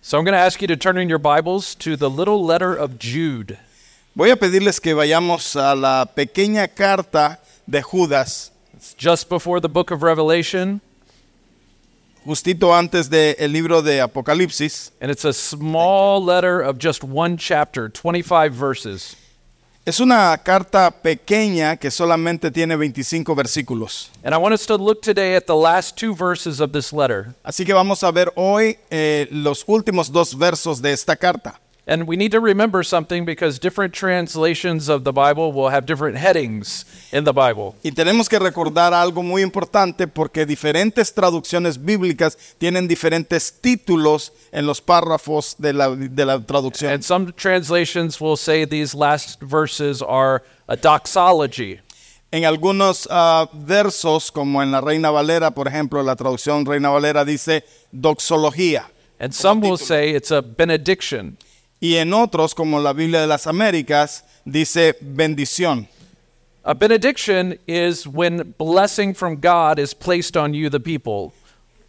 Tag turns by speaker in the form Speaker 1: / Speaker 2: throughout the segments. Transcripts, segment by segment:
Speaker 1: So I'm going to ask you to turn in your Bibles to the little letter of Jude.
Speaker 2: Voy a pedirles que vayamos a la pequeña carta de Judas,
Speaker 1: It's just before the book of Revelation,
Speaker 2: justito antes del libro de Apocalipsis.
Speaker 1: and it's a small letter of just one chapter, 25 verses.
Speaker 2: Es una carta pequeña que solamente tiene 25 versículos.
Speaker 1: And I want us to look today at the last two verses of this letter.
Speaker 2: Así que vamos a ver hoy eh, los últimos dos versos de esta carta.
Speaker 1: And we need to remember something because different translations of the Bible will have different headings in the Bible.
Speaker 2: Y tenemos que recordar algo muy importante porque diferentes traducciones bíblicas tienen diferentes títulos en los párrafos de la, de la traducción.
Speaker 1: And some translations will say these last verses are a doxology.
Speaker 2: En algunos ah, versos, como en la Reina Valera, por ejemplo, la traducción Reina Valera dice doxología.
Speaker 1: And some will say it's a benediction.
Speaker 2: Y en otros, como la Biblia de las Américas, dice bendición.
Speaker 1: A benediction is when blessing from God is placed on you, the people.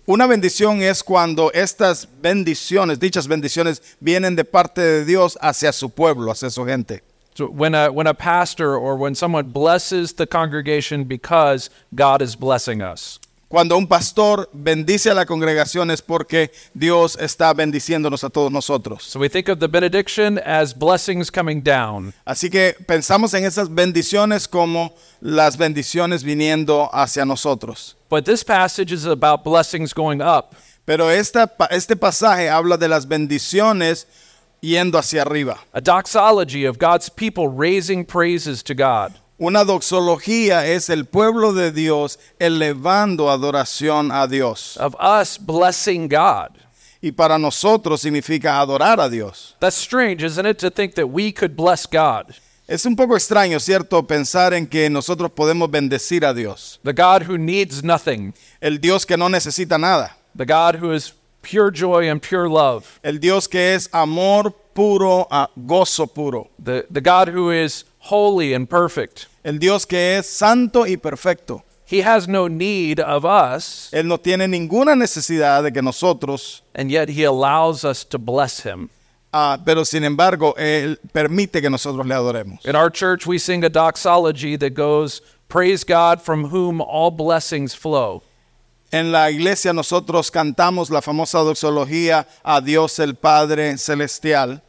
Speaker 2: Una bendición es cuando estas bendiciones, dichas bendiciones, vienen de parte de Dios hacia su pueblo, hacia su gente.
Speaker 1: So when a, when a pastor or when someone blesses the congregation because God is blessing us.
Speaker 2: Cuando un pastor bendice a la congregación es porque Dios está bendiciéndonos a todos nosotros.
Speaker 1: So we think of the benediction as blessings coming down.
Speaker 2: Así que pensamos en esas bendiciones como las bendiciones viniendo hacia nosotros.
Speaker 1: But this passage is about blessings going up.
Speaker 2: Pero esta pa- este pasaje habla de las bendiciones yendo hacia arriba.
Speaker 1: A doxology of God's people raising praises to God.
Speaker 2: Una doxología es el pueblo de Dios elevando adoración a Dios.
Speaker 1: of us blessing God.
Speaker 2: Y para nosotros significa adorar a Dios.
Speaker 1: That's strange, isn't it, to think that we could bless God,
Speaker 2: Es un poco extraño, ¿cierto?, pensar en que nosotros podemos bendecir a Dios.
Speaker 1: the God who needs nothing,
Speaker 2: El Dios que no necesita nada.
Speaker 1: the God who is pure joy and pure love,
Speaker 2: El Dios que es amor puro, a gozo puro.
Speaker 1: the, the God who is holy and perfect.
Speaker 2: El Dios que es santo y perfecto.
Speaker 1: He has no need of us,
Speaker 2: Él no tiene ninguna necesidad de que nosotros
Speaker 1: and yet He allows us to bless Him.
Speaker 2: Ah, pero sin embargo, Él permite que nosotros le adoremos.
Speaker 1: In our church, we sing a doxology that goes, Praise God from whom all blessings flow.
Speaker 2: En la iglesia nosotros cantamos la famosa doxología a Dios el Padre Celestial.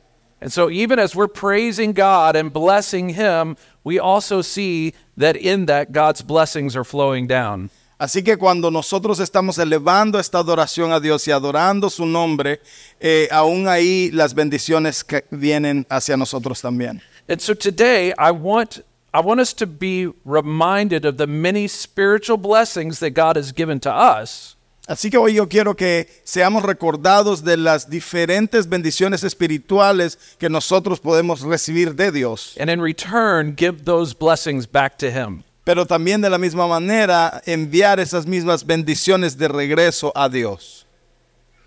Speaker 1: And so, even as we're praising God and blessing Him, we also see that in that God's blessings are flowing down.
Speaker 2: Así que cuando nosotros estamos elevando esta adoración a Dios y adorando su nombre, eh, aún ahí las bendiciones que vienen hacia nosotros también.
Speaker 1: And so, today, I want, I want us to be reminded of the many spiritual blessings that God has given to us,
Speaker 2: Así que hoy yo quiero que seamos recordados de las diferentes bendiciones espirituales que nosotros podemos recibir de Dios.
Speaker 1: and in return, give those blessings back to Him.
Speaker 2: pero también de la misma manera enviar esas mismas bendiciones de regreso a Dios.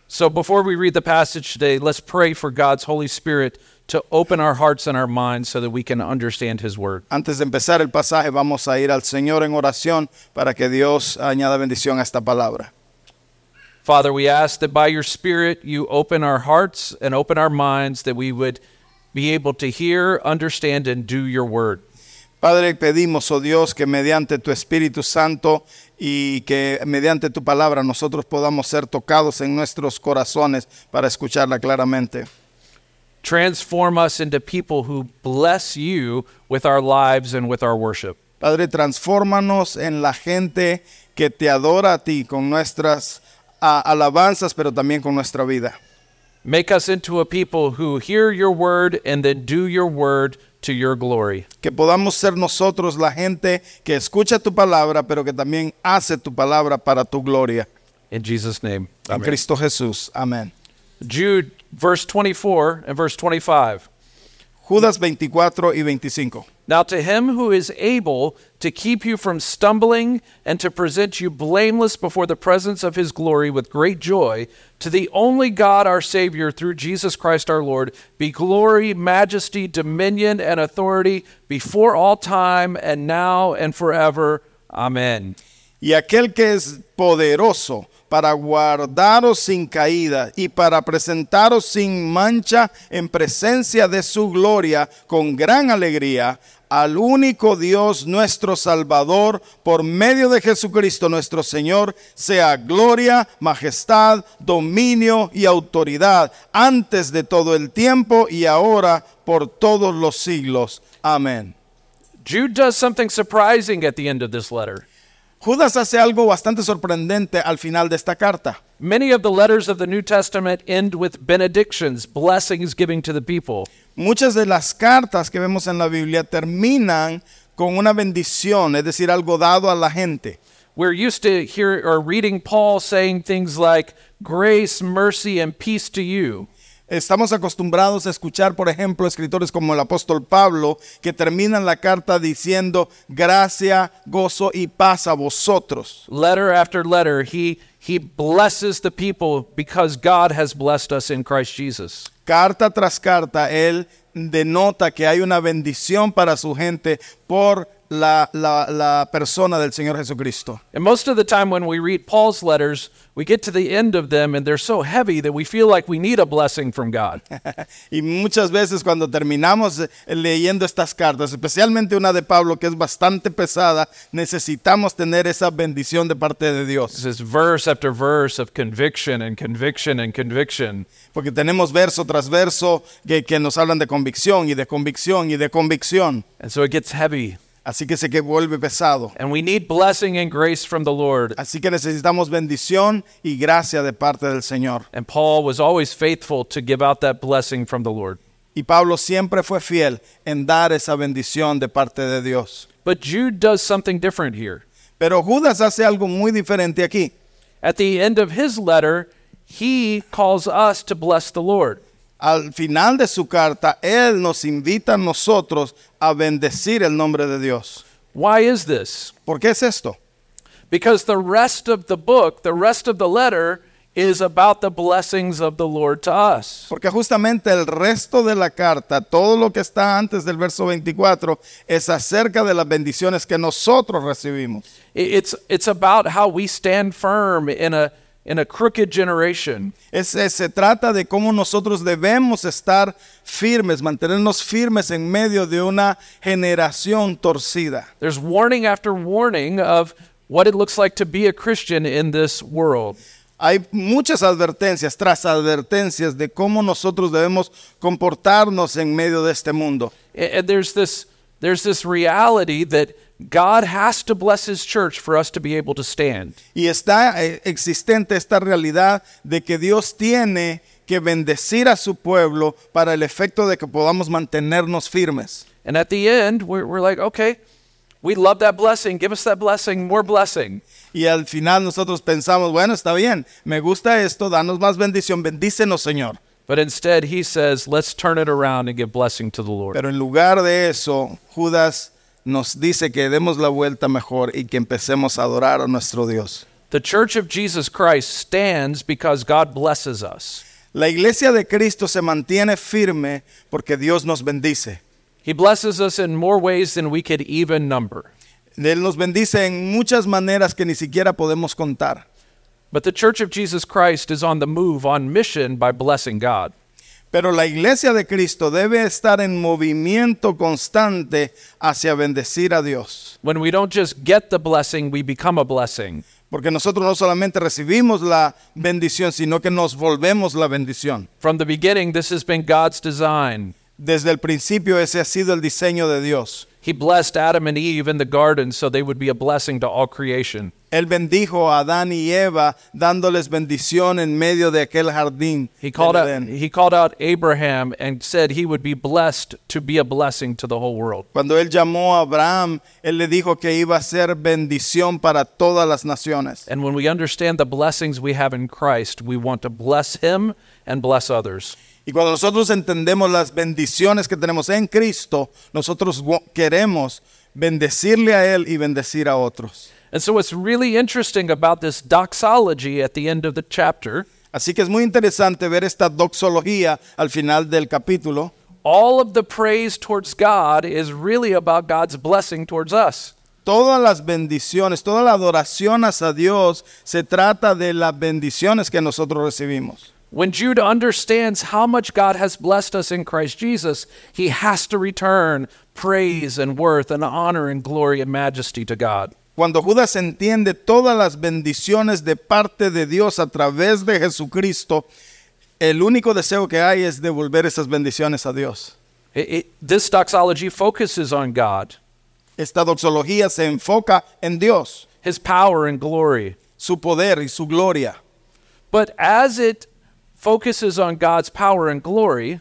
Speaker 1: So, before we read the passage today, let's pray for God's Holy Spirit to open our hearts and our minds so that we can understand His Word.
Speaker 2: Antes de empezar el pasaje, vamos a ir al Señor en oración para que Dios añada bendición a esta palabra.
Speaker 1: Father, we ask that by your Spirit you open our hearts and open our minds that we would be able to hear, understand, and do your word.
Speaker 2: Padre, pedimos, oh Dios, que mediante tu Espíritu Santo y que mediante tu palabra nosotros podamos ser tocados en nuestros corazones para escucharla claramente.
Speaker 1: Transform us into people who bless you with our lives and with our worship.
Speaker 2: Padre, transfórmanos en la gente que te adora a ti con nuestras ah, alabanzas, pero también con nuestra vida.
Speaker 1: Make us into a people who hear your word and then do your word to your glory.
Speaker 2: Que podamos ser nosotros la gente que escucha tu palabra, pero que también hace tu palabra para tu gloria.
Speaker 1: In Jesus' name.
Speaker 2: En Cristo Jesús. Amén.
Speaker 1: Jude, verse 24 and verse 25.
Speaker 2: Judas 24 y 25.
Speaker 1: Now, to him who is able to keep you from stumbling and to present you blameless before the presence of his glory with great joy, to the only God our Savior through Jesus Christ our Lord, be glory, majesty, dominion, and authority before all time and now and forever. Amen.
Speaker 2: Y aquel que es poderoso para guardaros sin caída y para presentaros sin mancha en presencia de su gloria con gran alegría, al único Dios nuestro Salvador, por medio de Jesucristo nuestro Señor, sea gloria, majestad, dominio y autoridad, antes de todo el tiempo y ahora, por todos los siglos. Amén.
Speaker 1: Jude does something surprising at the end of this letter.
Speaker 2: Judas hace algo bastante sorprendente al final de esta carta.
Speaker 1: Many of the letters of the New Testament end with benedictions, blessings giving to the people.
Speaker 2: Muchas de las cartas que vemos en la Biblia terminan con una bendición, es decir, algo dado a la gente.
Speaker 1: We're used to hear or reading Paul saying things like grace, mercy and peace to you.
Speaker 2: Estamos acostumbrados a escuchar, por ejemplo, escritores como el apóstol Pablo, que terminan la carta diciendo, gracia, gozo y paz a vosotros.
Speaker 1: Letter after letter, he he blesses the people because God has blessed us in Christ Jesus.
Speaker 2: Carta tras carta, él denota que hay una bendición para su gente por la, la- la persona del Señor Jesucristo.
Speaker 1: And most of the time when we read Paul's letters, we get to the end of them and they're so heavy that we feel like we need a blessing from God.
Speaker 2: y muchas veces cuando terminamos eh, leyendo estas cartas, especialmente una de Pablo que es bastante pesada, necesitamos tener esa bendición de parte de Dios.
Speaker 1: This is verse after verse of conviction and conviction and conviction.
Speaker 2: Porque tenemos verso tras verso que, que nos hablan de convicción y de convicción y de convicción.
Speaker 1: And so it gets heavy.
Speaker 2: Así que sé que vuelve pesado.
Speaker 1: And we need blessing and grace from the Lord.
Speaker 2: Así que necesitamos bendición y gracia de parte del Señor.
Speaker 1: And Paul was always faithful to give out that blessing from the Lord.
Speaker 2: Y Pablo siempre fue fiel en dar esa bendición de parte de Dios.
Speaker 1: But Jude does something different here.
Speaker 2: Pero Judas hace algo muy diferente aquí.
Speaker 1: At the end of his letter, he calls us to bless the Lord.
Speaker 2: Al final de su carta, él nos invita a nosotros a bendecir el nombre de Dios.
Speaker 1: Why is this?
Speaker 2: ¿Por qué es esto?
Speaker 1: Because the rest of the book, the rest of the letter, is about the blessings of the Lord to us.
Speaker 2: Porque justamente el resto de la carta, todo lo que está antes del verso 24, es acerca de las bendiciones que nosotros recibimos.
Speaker 1: I- It's, it's about how we stand firm in a, in a crooked generation.
Speaker 2: Es- es- se trata de cómo nosotros debemos estar firmes, mantenernos firmes en medio de una generación torcida.
Speaker 1: There's warning after warning of what it looks like to be a Christian in this world.
Speaker 2: Hay muchas advertencias, tras advertencias de cómo nosotros debemos comportarnos en medio de este mundo.
Speaker 1: A- And there's this there's this reality that God has to bless his church for us to be able to stand.
Speaker 2: Y está eh, existente esta realidad de que Dios tiene que bendecir a su pueblo para el efecto de que podamos mantenernos firmes.
Speaker 1: And at the end, we're, we're like, okay, we love that blessing. Give us that blessing, more blessing.
Speaker 2: Y al final nosotros pensamos, bueno, está bien, me gusta esto, danos más bendición, bendícenos Señor.
Speaker 1: But instead, he says, let's turn it around and give blessing to the Lord.
Speaker 2: Pero en lugar de eso, Judas nos dice que demos la vuelta mejor y que empecemos a adorar a nuestro Dios.
Speaker 1: The church of Jesus Christ stands because God blesses us.
Speaker 2: La iglesia de Cristo se mantiene firme porque Dios nos bendice.
Speaker 1: He blesses us in more ways than we could even number.
Speaker 2: Él nos bendice en muchas maneras que ni siquiera podemos contar.
Speaker 1: But the church of Jesus Christ is on the move, on mission, by blessing God.
Speaker 2: Pero la iglesia de Cristo debe estar en movimiento constante hacia bendecir a Dios.
Speaker 1: When we don't just get the blessing, we become a blessing.
Speaker 2: Porque nosotros no solamente recibimos la bendición, sino que nos volvemos la bendición.
Speaker 1: From the beginning, this has been God's design.
Speaker 2: Desde el principio ese ha sido el diseño de Dios.
Speaker 1: He blessed Adam and Eve in the garden so they would be a blessing to all creation.
Speaker 2: Él bendijo a Adán y Eva dándoles bendición en medio de aquel jardín.
Speaker 1: He
Speaker 2: del
Speaker 1: called, out,
Speaker 2: Edén.
Speaker 1: he called out Abraham and said he would be blessed to be a blessing to the whole world.
Speaker 2: Cuando él llamó a Abraham, él le dijo que iba a ser bendición para todas las naciones.
Speaker 1: And when we understand the blessings we have in Christ, we want to bless him and bless others.
Speaker 2: Y cuando nosotros entendemos las bendiciones que tenemos en Cristo, nosotros gu- queremos bendecirle a Él y bendecir a otros.
Speaker 1: And so, what's really interesting about this doxology at the end of the chapter,
Speaker 2: Así que es muy interesante ver esta doxología al final del capítulo.
Speaker 1: all of the praise towards God is really about God's blessing towards us.
Speaker 2: Todas las bendiciones, toda la adoración hacia Dios se trata de las bendiciones que nosotros recibimos.
Speaker 1: When Jude understands how much God has blessed us in Christ Jesus, he has to return praise and worth and honor and glory and majesty to God.
Speaker 2: Cuando Judas entiende todas las bendiciones de parte de Dios a través de Jesucristo, el único deseo que hay es devolver esas bendiciones a Dios.
Speaker 1: It- it- this doxology focuses on God,
Speaker 2: Esta doxología se enfoca en Dios,
Speaker 1: his power and glory.
Speaker 2: su poder y su gloria.
Speaker 1: But as it focuses on God's power and glory,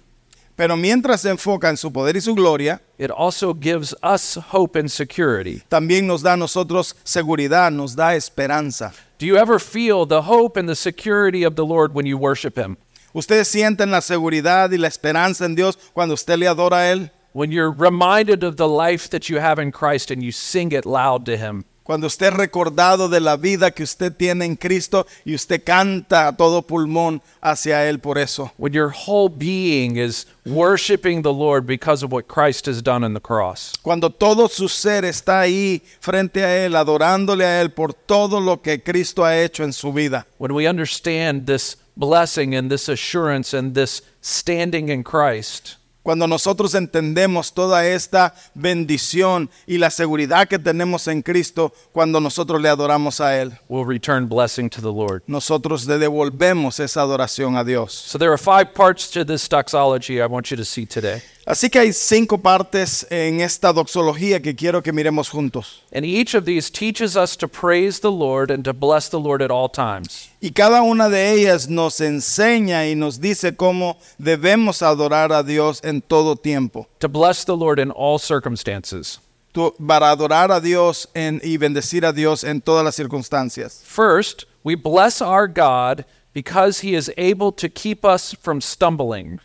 Speaker 2: Pero mientras se enfoca en su poder y su gloria,
Speaker 1: it also gives us hope and security.
Speaker 2: también nos da a nosotros seguridad, nos da esperanza.
Speaker 1: Do you ever feel the hope and the security of the Lord when you worship him?
Speaker 2: Ustedes sienten la seguridad y la esperanza en Dios cuando usted le adora a Él,
Speaker 1: When you're reminded of the life that you have in Christ and you sing it loud to him?
Speaker 2: cuando usted es recordado de la vida que usted tiene en Cristo y usted canta a todo pulmón hacia Él por eso.
Speaker 1: when your whole being is worshiping the Lord because of what Christ has done on the cross.
Speaker 2: Cuando todo su ser está ahí frente a Él, adorándole a Él por todo lo que Cristo ha hecho en su vida.
Speaker 1: When we understand this blessing and this assurance and this standing in Christ,
Speaker 2: Cuando nosotros entendemos toda esta bendición y la seguridad que tenemos en Cristo, cuando nosotros le adoramos a Él,
Speaker 1: we'll return blessing to the Lord.
Speaker 2: nosotros le devolvemos esa adoración a Dios.
Speaker 1: So there are five parts to this doxology I want you to see today.
Speaker 2: Así que hay cinco partes en esta doxología que quiero que miremos juntos.
Speaker 1: And each of these teaches us to praise the Lord and to bless the Lord at all times.
Speaker 2: Y cada una de ellas nos enseña y nos dice cómo debemos adorar a Dios en todo tiempo.
Speaker 1: To bless the Lord in all circumstances.
Speaker 2: Tú- Para adorar a Dios en- y bendecir a Dios en todas las circunstancias.
Speaker 1: First, we bless our God because he is able to keep us from stumbling.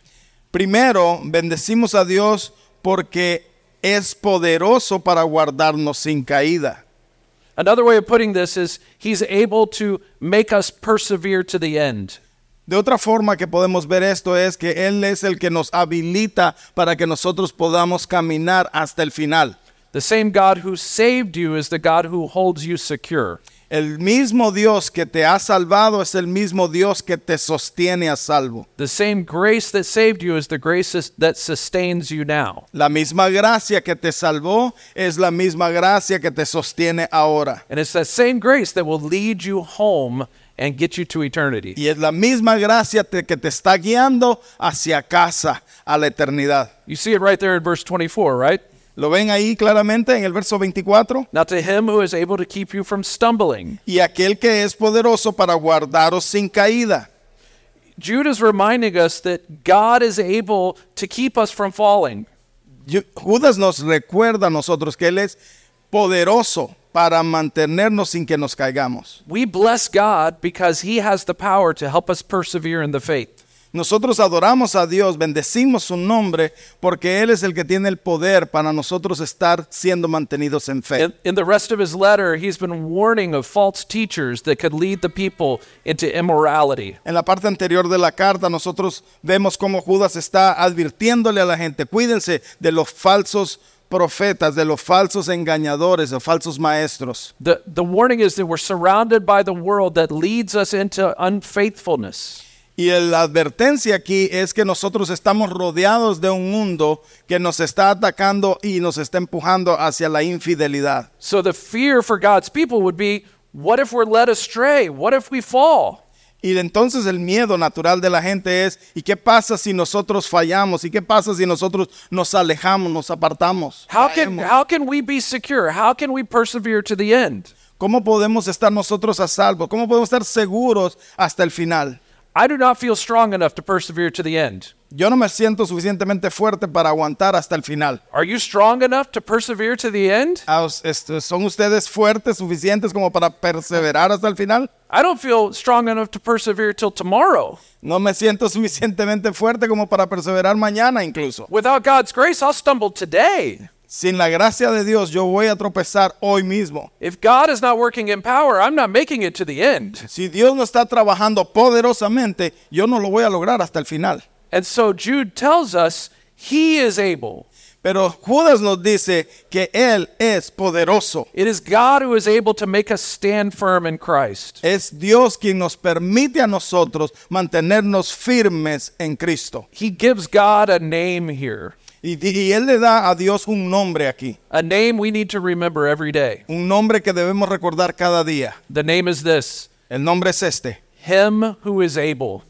Speaker 2: Primero, bendecimos a Dios porque es poderoso para guardarnos sin caída.
Speaker 1: Another way of putting this is he's able to make us persevere to the end.
Speaker 2: De otra forma que podemos ver esto es que Él es el que nos habilita para que nosotros podamos caminar hasta el final.
Speaker 1: The same God who saved you is the God who holds you secure.
Speaker 2: El mismo Dios que te ha salvado es el mismo Dios que te sostiene a salvo.
Speaker 1: The same grace that saved you is the grace sus- that sustains you now.
Speaker 2: La misma gracia que te salvó es la misma gracia que te sostiene ahora.
Speaker 1: And it's that same grace that will lead you home and get you to eternity.
Speaker 2: Y es la misma gracia te- que te está guiando hacia casa, a la eternidad.
Speaker 1: You see it right there in verse 24, right?
Speaker 2: ¿Lo ven ahí claramente en el verso 24?
Speaker 1: Now, to him who is able to keep you from stumbling.
Speaker 2: Y aquel que es poderoso para guardaros sin caída.
Speaker 1: Jude is reminding us that God is able to keep us from falling.
Speaker 2: Yu- Judas nos recuerda a nosotros que Él es poderoso para mantenernos sin que nos caigamos.
Speaker 1: We bless God because He has the power to help us persevere in the faith.
Speaker 2: Nosotros adoramos a Dios, bendecimos su nombre, porque Él es el que tiene el poder para nosotros estar siendo mantenidos en fe.
Speaker 1: In, in the rest of his letter, he's been warning of false teachers that could lead the people into immorality.
Speaker 2: En la parte anterior de la carta nosotros vemos cómo Judas está advirtiéndole a la gente, cuídense de los falsos profetas, de los falsos engañadores, de los falsos maestros.
Speaker 1: The, the warning is that we're surrounded by the world that leads us into unfaithfulness.
Speaker 2: Y el- la advertencia aquí es que nosotros estamos rodeados de un mundo que nos está atacando y nos está empujando hacia la infidelidad.
Speaker 1: So the fear for God's people would be what if we're led astray? What if we fall?
Speaker 2: Y entonces el miedo natural de la gente es, ¿y qué pasa si nosotros fallamos? ¿Y qué pasa si nosotros nos alejamos, nos apartamos?
Speaker 1: How can,
Speaker 2: Caemos.
Speaker 1: how can we be secure? How can we persevere to the end?
Speaker 2: ¿Cómo podemos estar nosotros a salvo? ¿Cómo podemos estar seguros hasta el final?
Speaker 1: I do not feel strong enough to persevere to the end.
Speaker 2: Yo no me siento suficientemente fuerte para aguantar hasta el final.
Speaker 1: Are you strong enough to persevere to the end?
Speaker 2: Ah, os- este, ¿Son ustedes fuertes suficientes como para perseverar hasta el final?
Speaker 1: I don't feel strong enough to persevere till tomorrow.
Speaker 2: No me siento suficientemente fuerte como para perseverar mañana incluso.
Speaker 1: Without God's grace, I'll stumble today.
Speaker 2: Sin la gracia de Dios yo voy a tropezar hoy mismo.
Speaker 1: If God is not working in power, I'm not making it to the end.
Speaker 2: Si Dios no está trabajando poderosamente, yo no lo voy a lograr hasta el final.
Speaker 1: And so Jude tells us he is able.
Speaker 2: Pero Judas nos dice que Él es poderoso.
Speaker 1: It is God who is able to make us stand firm in Christ.
Speaker 2: Es Dios quien nos permite a nosotros mantenernos firmes en Cristo.
Speaker 1: He gives God a name here,
Speaker 2: Y, y Él le da a Dios un nombre aquí,
Speaker 1: a name we need to remember every day.
Speaker 2: un nombre que debemos recordar cada día.
Speaker 1: The name is this
Speaker 2: El nombre es este.
Speaker 1: Him who is able.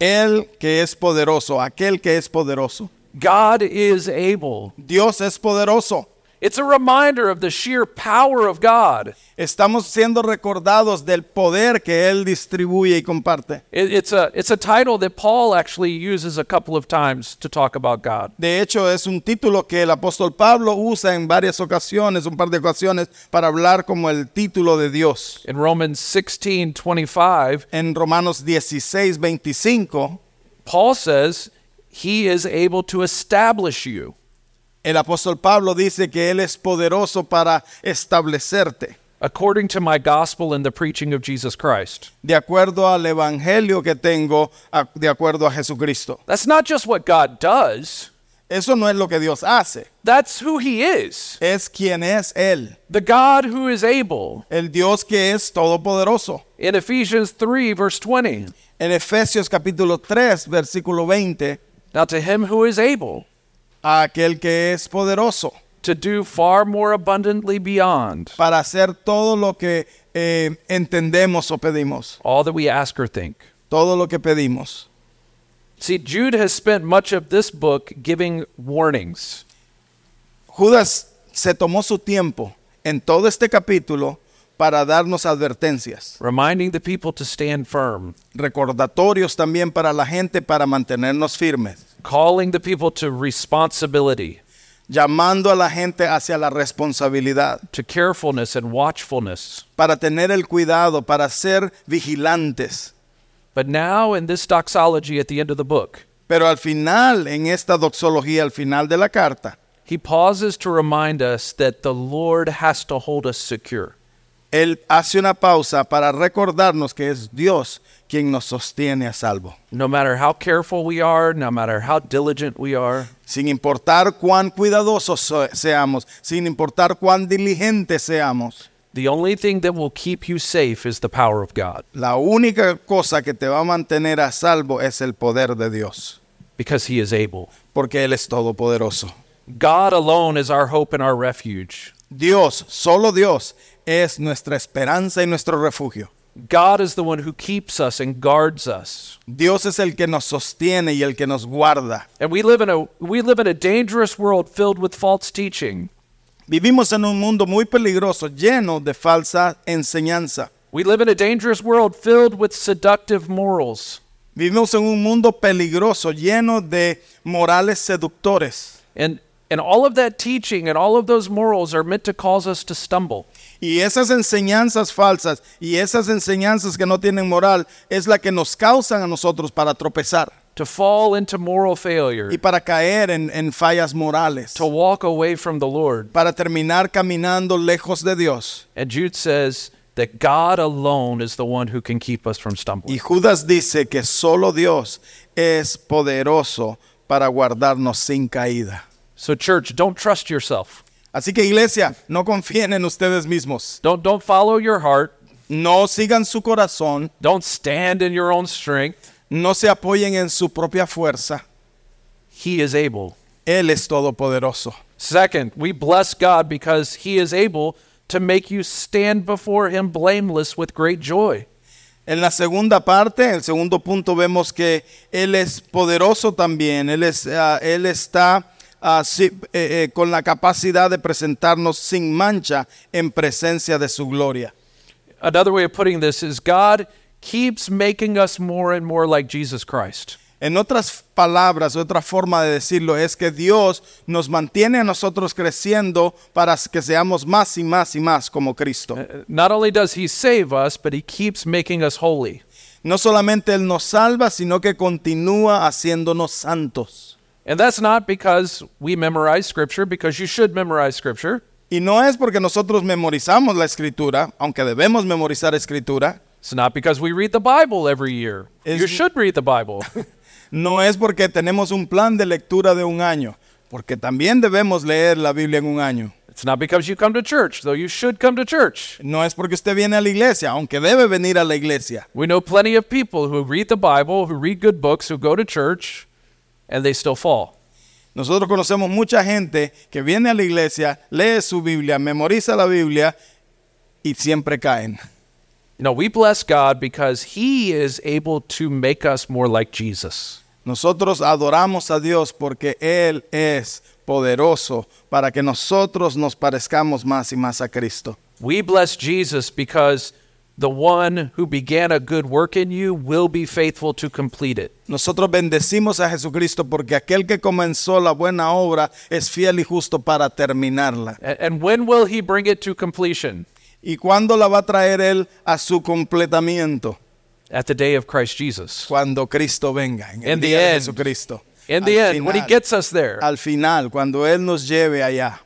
Speaker 2: El que es poderoso, aquel que es poderoso.
Speaker 1: God is able.
Speaker 2: Dios es poderoso.
Speaker 1: It's a reminder of the sheer power of God.
Speaker 2: Estamos siendo recordados del poder que Él distribuye y comparte.
Speaker 1: It- It's a, it's a title that Paul actually uses a couple of times to talk about God.
Speaker 2: De hecho, es un título que el apóstol Pablo usa en varias ocasiones, un par de ocasiones, para hablar como el título de Dios.
Speaker 1: In Romans 16 25,
Speaker 2: En Romanos 16, 25,
Speaker 1: Paul says, He is able to establish you.
Speaker 2: el apóstol Pablo dice que Él es poderoso para establecerte,
Speaker 1: according to my gospel and the preaching of Jesus Christ.
Speaker 2: de acuerdo al evangelio que tengo, a- de acuerdo a Jesucristo.
Speaker 1: That's not just what God does,
Speaker 2: Eso no es lo que Dios hace,
Speaker 1: that's who He is.
Speaker 2: es quien es Él,
Speaker 1: The God who is able.
Speaker 2: el Dios que es todopoderoso.
Speaker 1: In Ephesians 3, verse 20.
Speaker 2: En Efesios capítulo 3, versículo 20,
Speaker 1: Now, to him who is able
Speaker 2: a aquel que es poderoso.
Speaker 1: to do far more abundantly beyond
Speaker 2: para hacer todo lo que eh, entendemos o pedimos,
Speaker 1: all that we ask or think.
Speaker 2: todo lo que pedimos.
Speaker 1: See, Jude has spent much of this book giving warnings.
Speaker 2: Judas se tomó su tiempo en todo este capítulo para darnos advertencias,
Speaker 1: Reminding the people to stand firm,
Speaker 2: recordatorios también para la gente para mantenernos firmes,
Speaker 1: calling the people to responsibility,
Speaker 2: llamando a la gente hacia la responsabilidad,
Speaker 1: to carefulness and watchfulness.
Speaker 2: para tener el cuidado, para ser vigilantes.
Speaker 1: But now, in this doxology at the end of the book,
Speaker 2: Pero al final, en esta doxología, al final de la carta,
Speaker 1: he pauses to remind us that the Lord has to hold us secure.
Speaker 2: Él hace una pausa para recordarnos que es Dios quien nos sostiene a salvo.
Speaker 1: No matter how careful we are, no matter how diligent we are,
Speaker 2: Sin importar cuán cuidadosos so- seamos, sin importar cuán diligentes seamos,
Speaker 1: the only thing that will keep you safe is the power of God
Speaker 2: la única cosa que te va a mantener a salvo es el poder de Dios,
Speaker 1: because he is able.
Speaker 2: porque Él es todopoderoso.
Speaker 1: God alone is our hope and our refuge.
Speaker 2: Dios, solo Dios, es nuestra esperanza y nuestro refugio.
Speaker 1: God is the one who keeps us and guards us.
Speaker 2: Dios es el que nos sostiene y el que nos guarda.
Speaker 1: And we live in a we live in a dangerous world filled with false teaching.
Speaker 2: Vivimos en un mundo muy peligroso, lleno de falsa enseñanza.
Speaker 1: We live in a dangerous world filled with seductive morals.
Speaker 2: Vivimos en un mundo peligroso, lleno de morales seductores.
Speaker 1: And and all of that teaching and all of those morals are meant to cause us to stumble.
Speaker 2: Y esas enseñanzas falsas y esas enseñanzas que no tienen moral es la que nos causan a nosotros para tropezar
Speaker 1: to fall into moral failure,
Speaker 2: y para caer en, en fallas morales,
Speaker 1: to walk away from the Lord.
Speaker 2: para terminar caminando lejos de Dios.
Speaker 1: And Jude says that God alone is the one who can keep us from
Speaker 2: Y
Speaker 1: stumbling.
Speaker 2: Judas dice que solo Dios es poderoso para guardarnos sin caída.
Speaker 1: So church, don't trust yourself.
Speaker 2: Así que iglesia, no confíen en ustedes mismos.
Speaker 1: Don't don't follow your heart.
Speaker 2: No sigan su corazón,
Speaker 1: Don't stand in your own strength.
Speaker 2: no se apoyen en su propia fuerza.
Speaker 1: He is able.
Speaker 2: Él es todopoderoso.
Speaker 1: Second, we bless God because he is able to make you stand before him blameless with great joy.
Speaker 2: En la segunda parte, en el segundo punto, vemos que Él es poderoso también. Él, es, ah, él está ah, sí, eh, eh, con la capacidad de presentarnos sin mancha en presencia de su gloria.
Speaker 1: Another way of putting this is God keeps making us more and more like Jesus Christ.
Speaker 2: En otras palabras, otra forma de decirlo es que Dios nos mantiene a nosotros creciendo para que seamos más y más y más como Cristo.
Speaker 1: Not only does he save us, but he keeps making us holy.
Speaker 2: No solamente Él nos salva, sino que continúa haciéndonos santos.
Speaker 1: And that's not because we memorize scripture, because you should memorize scripture.
Speaker 2: Y no es porque nosotros memorizamos la escritura, aunque debemos memorizar escritura.
Speaker 1: It's not because we read the Bible every year.
Speaker 2: Is-
Speaker 1: you should read the Bible.
Speaker 2: No es porque tenemos un plan de lectura de un año. Porque también debemos leer la Biblia en un año.
Speaker 1: It's not because you come to church, though you should come to church.
Speaker 2: No es porque usted viene a la iglesia, aunque debe venir a la iglesia.
Speaker 1: We know plenty of people who read the Bible, who read good books, who go to church, and they still fall.
Speaker 2: Nosotros conocemos mucha gente que viene a la iglesia, lee su Biblia, memoriza la Biblia y siempre caen.
Speaker 1: You know, we bless God because He is able to make us more like Jesus.
Speaker 2: Nosotros adoramos a Dios porque Él es poderoso para que nosotros nos parezcamos más y más a Cristo.
Speaker 1: We bless Jesus because the one who began a good work in you will be faithful to complete it.
Speaker 2: Nosotros bendecimos a Jesucristo porque aquel que comenzó la buena obra es fiel y justo para terminarla.
Speaker 1: A- And when will He bring it to completion?
Speaker 2: ¿Y cuándo la va a traer Él a su completamiento?
Speaker 1: At the day of Christ Jesus.
Speaker 2: Cuando Cristo venga, en el
Speaker 1: In the
Speaker 2: día de
Speaker 1: end.
Speaker 2: Jesucristo.
Speaker 1: In
Speaker 2: Al
Speaker 1: the end, when He
Speaker 2: final.
Speaker 1: gets us there.
Speaker 2: al final, cuando Él nos lleve allá.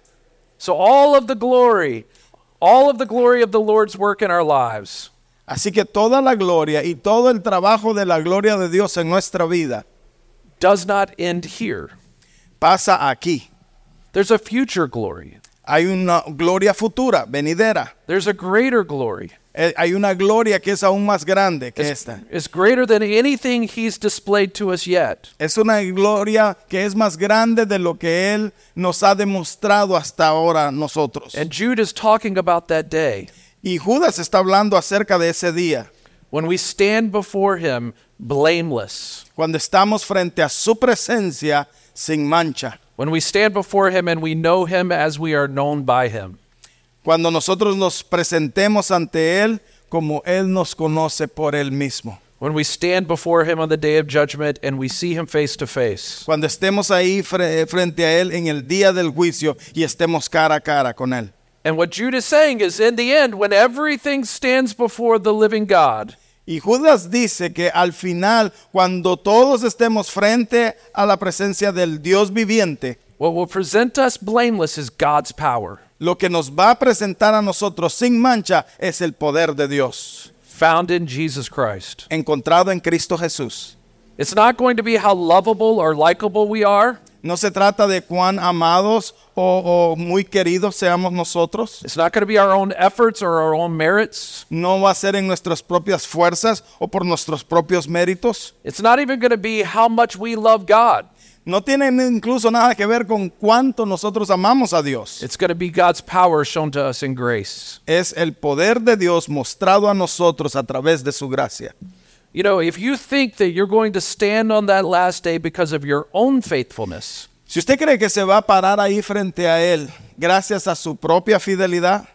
Speaker 1: So, all of the glory, all of the glory of the Lord's work in our lives
Speaker 2: Así que toda la gloria y todo el trabajo de la gloria de Dios en nuestra vida
Speaker 1: does not end here.
Speaker 2: pasa aquí.
Speaker 1: There's a future glory,
Speaker 2: Hay una gloria futura, venidera.
Speaker 1: there's a greater glory.
Speaker 2: Eh, Hay una gloria que es aún más grande que
Speaker 1: It's,
Speaker 2: esta.
Speaker 1: it's greater than anything He's displayed to us yet.
Speaker 2: Es una gloria que es más grande de lo que Él nos ha demostrado hasta ahora nosotros.
Speaker 1: And Jude is talking about that day
Speaker 2: Y Judas está hablando acerca de ese día,
Speaker 1: when we stand before Him blameless,
Speaker 2: cuando estamos frente a su presencia sin mancha,
Speaker 1: when we stand before Him and we know Him as we are known by Him.
Speaker 2: cuando nosotros nos presentemos ante Él como Él nos conoce por Él mismo.
Speaker 1: When we stand before him on the day of judgment and we see him face to face,
Speaker 2: Cuando estemos ahí fre- frente a Él en el día del juicio y estemos cara a cara con Él.
Speaker 1: And what Jude is saying is, in the end, when everything stands before the living God,
Speaker 2: Y Judas dice que al final, cuando todos estemos frente a la presencia del Dios viviente,
Speaker 1: what will present us blameless is God's power,
Speaker 2: lo que nos va a presentar a nosotros sin mancha es el poder de Dios,
Speaker 1: found in Jesus Christ.
Speaker 2: encontrado en Cristo Jesús.
Speaker 1: It's not going to be how lovable or likable we are.
Speaker 2: No se trata de cuán amados o, o muy queridos seamos nosotros.
Speaker 1: It's not going to be our own efforts or our own merits.
Speaker 2: No va a ser en nuestras propias fuerzas o por nuestros propios méritos.
Speaker 1: It's not even going to be how much we love God.
Speaker 2: No tiene ni- incluso nada que ver con cuánto nosotros amamos a Dios.
Speaker 1: It's going to be God's power shown to us in grace.
Speaker 2: Es el poder de Dios mostrado a nosotros a través de su gracia.
Speaker 1: You know, if you think that you're going to stand on that last day because of your own faithfulness,
Speaker 2: Si usted cree que se va a parar ahí frente a Él gracias a su propia fidelidad,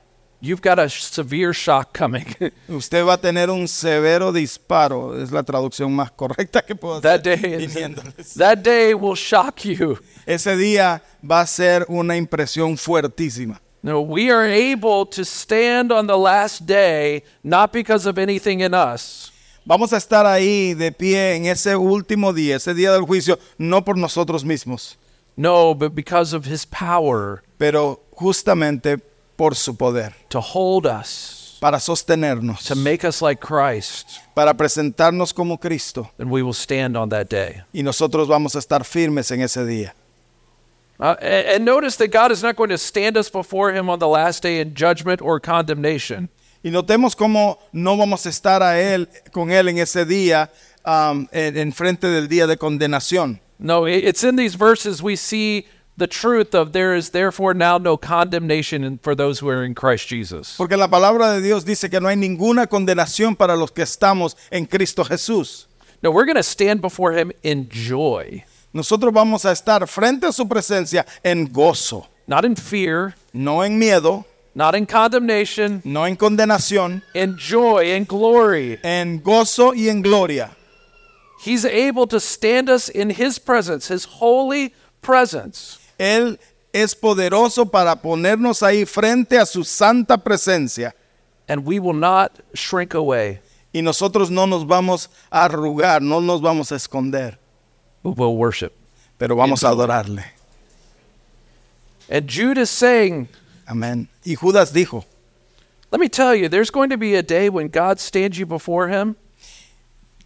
Speaker 1: you've got a severe shock coming.
Speaker 2: Usted va a tener un severo disparo, es la traducción más correcta que puedo hacer.
Speaker 1: That day is-
Speaker 2: viniéndoles.
Speaker 1: that day will shock you.
Speaker 2: Ese día va a ser una impresión fuertísima.
Speaker 1: No, we are able to stand on the last day not because of anything in us,
Speaker 2: Vamos a estar ahí de pie en ese último día, ese día del juicio, no por nosotros mismos,
Speaker 1: no, but because of his power
Speaker 2: pero justamente por su poder,
Speaker 1: to hold us,
Speaker 2: para sostenernos,
Speaker 1: to make us like Christ,
Speaker 2: para presentarnos como Cristo.
Speaker 1: and we will stand on that day.
Speaker 2: Y nosotros vamos a estar firmes en ese día.
Speaker 1: Uh, a- and, notice that God is not going to stand us before him on the last day in judgment or condemnation.
Speaker 2: Y notemos cómo no vamos a estar a él, con él en ese día, am, en, en frente del día de condenación.
Speaker 1: No, i- it's in these verses we see the truth of there is therefore now no condemnation in- for those who are in Christ Jesus.
Speaker 2: Porque la palabra de Dios dice que no hay ninguna condenación para los que estamos en Cristo Jesús.
Speaker 1: No, we're going to stand before him in joy,
Speaker 2: Nosotros vamos a estar frente a su presencia en gozo,
Speaker 1: not in fear,
Speaker 2: no en miedo,
Speaker 1: not in condemnation,
Speaker 2: no en condenación,
Speaker 1: in joy and glory.
Speaker 2: en gozo y en gloria.
Speaker 1: He's able to stand us in his presence, his holy presence,
Speaker 2: Él es poderoso para ponernos ahí frente a su santa presencia.
Speaker 1: and we will not shrink away,
Speaker 2: Y nosotros no nos vamos a arrugar, no nos vamos a esconder.
Speaker 1: but we'll worship.
Speaker 2: pero vamos a adorarle.
Speaker 1: And Jude is saying,
Speaker 2: Amén. Y Judas dijo,
Speaker 1: let me tell you, there's going to be a day when God stands you before him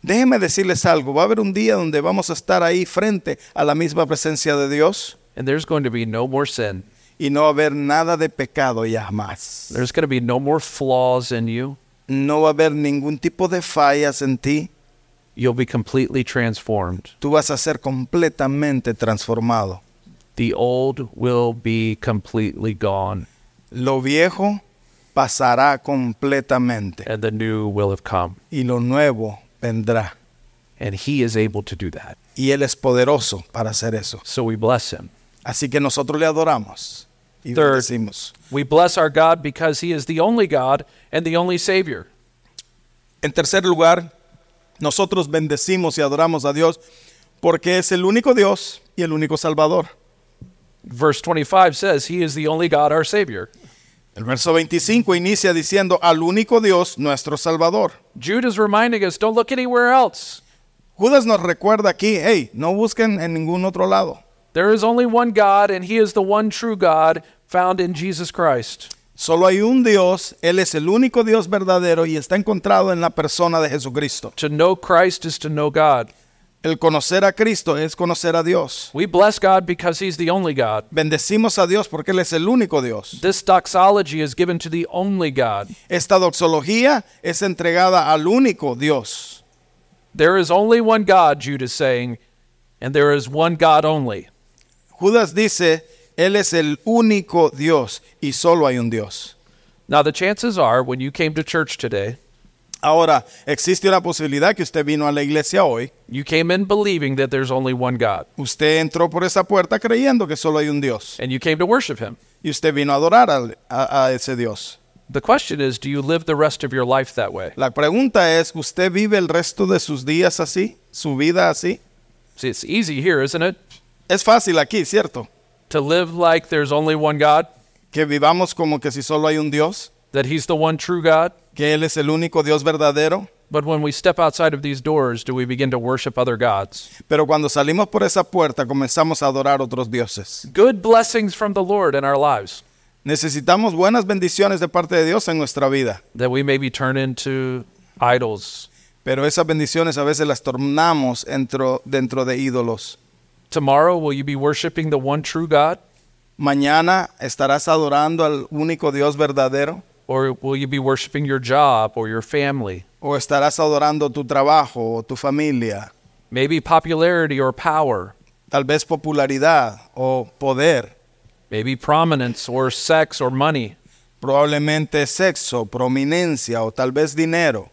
Speaker 2: déjeme decirles algo, va a haber un día donde vamos a estar ahí frente a la misma presencia de Dios
Speaker 1: And and there's going to be no more sin.
Speaker 2: y no va a haber nada de pecado ya más.
Speaker 1: There's going to be no more flaws in you.
Speaker 2: No va a haber ningún tipo de fallas en ti.
Speaker 1: You'll be completely transformed.
Speaker 2: Tú vas a ser completamente transformado.
Speaker 1: The old will be completely gone,
Speaker 2: Lo viejo pasará completamente
Speaker 1: and the new will have come.
Speaker 2: y lo nuevo vendrá.
Speaker 1: And He is able to do that.
Speaker 2: Y Él es poderoso para hacer eso.
Speaker 1: So we bless Him.
Speaker 2: Así que nosotros le adoramos y
Speaker 1: Third.
Speaker 2: decimos.
Speaker 1: We bless our God because He is the only God and the only Savior.
Speaker 2: En tercer lugar, nosotros bendecimos y adoramos a Dios porque es el único Dios y el único Salvador.
Speaker 1: Verse 25 says, He is the only God, our Savior.
Speaker 2: El verso 25 inicia diciendo al único Dios, nuestro Salvador.
Speaker 1: Jude is reminding us don't look anywhere else.
Speaker 2: Judas nos recuerda aquí, hey, no busquen en ningún otro lado.
Speaker 1: There is only one God, and He is the one true God found in Jesus Christ.
Speaker 2: Solo hay un Dios, Él es el único Dios verdadero y está encontrado en la persona de Jesucristo.
Speaker 1: To know Christ is to know God.
Speaker 2: El conocer a Cristo es conocer a Dios.
Speaker 1: We bless God because He's the only God.
Speaker 2: Bendecimos a Dios porque Él es el único Dios.
Speaker 1: This doxology is given to the only God.
Speaker 2: Esta doxología es entregada al único Dios.
Speaker 1: There is only one God, Jude is saying, and there is one God only.
Speaker 2: Judas dice, Él es el único Dios y solo hay un Dios.
Speaker 1: Now, the chances are when you came to church today,
Speaker 2: Ahora, existe una posibilidad que usted vino a la iglesia hoy,
Speaker 1: you came in believing that there's only one God,
Speaker 2: usted entró por esa puerta creyendo que solo hay un Dios.
Speaker 1: and you came to worship Him.
Speaker 2: y usted vino a adorar al- a, a ese Dios.
Speaker 1: The question is do you live the rest of your life that way?
Speaker 2: La pregunta es, ¿usted vive el resto de sus días así? ¿Su vida así?
Speaker 1: See, it's easy here, isn't it?
Speaker 2: Es fácil aquí, ¿cierto?
Speaker 1: To live like there's only one God,
Speaker 2: Que vivamos como que si solo hay un Dios,
Speaker 1: that He's the one true God.
Speaker 2: que Él es el único Dios verdadero,
Speaker 1: But when we step outside of these doors, do we begin to worship other gods?
Speaker 2: pero cuando salimos por esa puerta comenzamos a adorar otros dioses.
Speaker 1: Good blessings from the Lord in our lives
Speaker 2: Necesitamos buenas bendiciones de parte de Dios en nuestra vida,
Speaker 1: that we maybe turn into idols.
Speaker 2: pero esas bendiciones a veces las tornamos dentro, dentro de ídolos.
Speaker 1: Tomorrow, will you be worshiping the one true God?
Speaker 2: Mañana estarás adorando al único Dios verdadero.
Speaker 1: Or will you be worshiping your job or your family?
Speaker 2: o estarás adorando tu trabajo o tu familia,
Speaker 1: Maybe popularity or power,
Speaker 2: tal vez popularidad o poder,
Speaker 1: maybe prominence or sex or money.
Speaker 2: probablemente sexo, prominencia o tal vez dinero.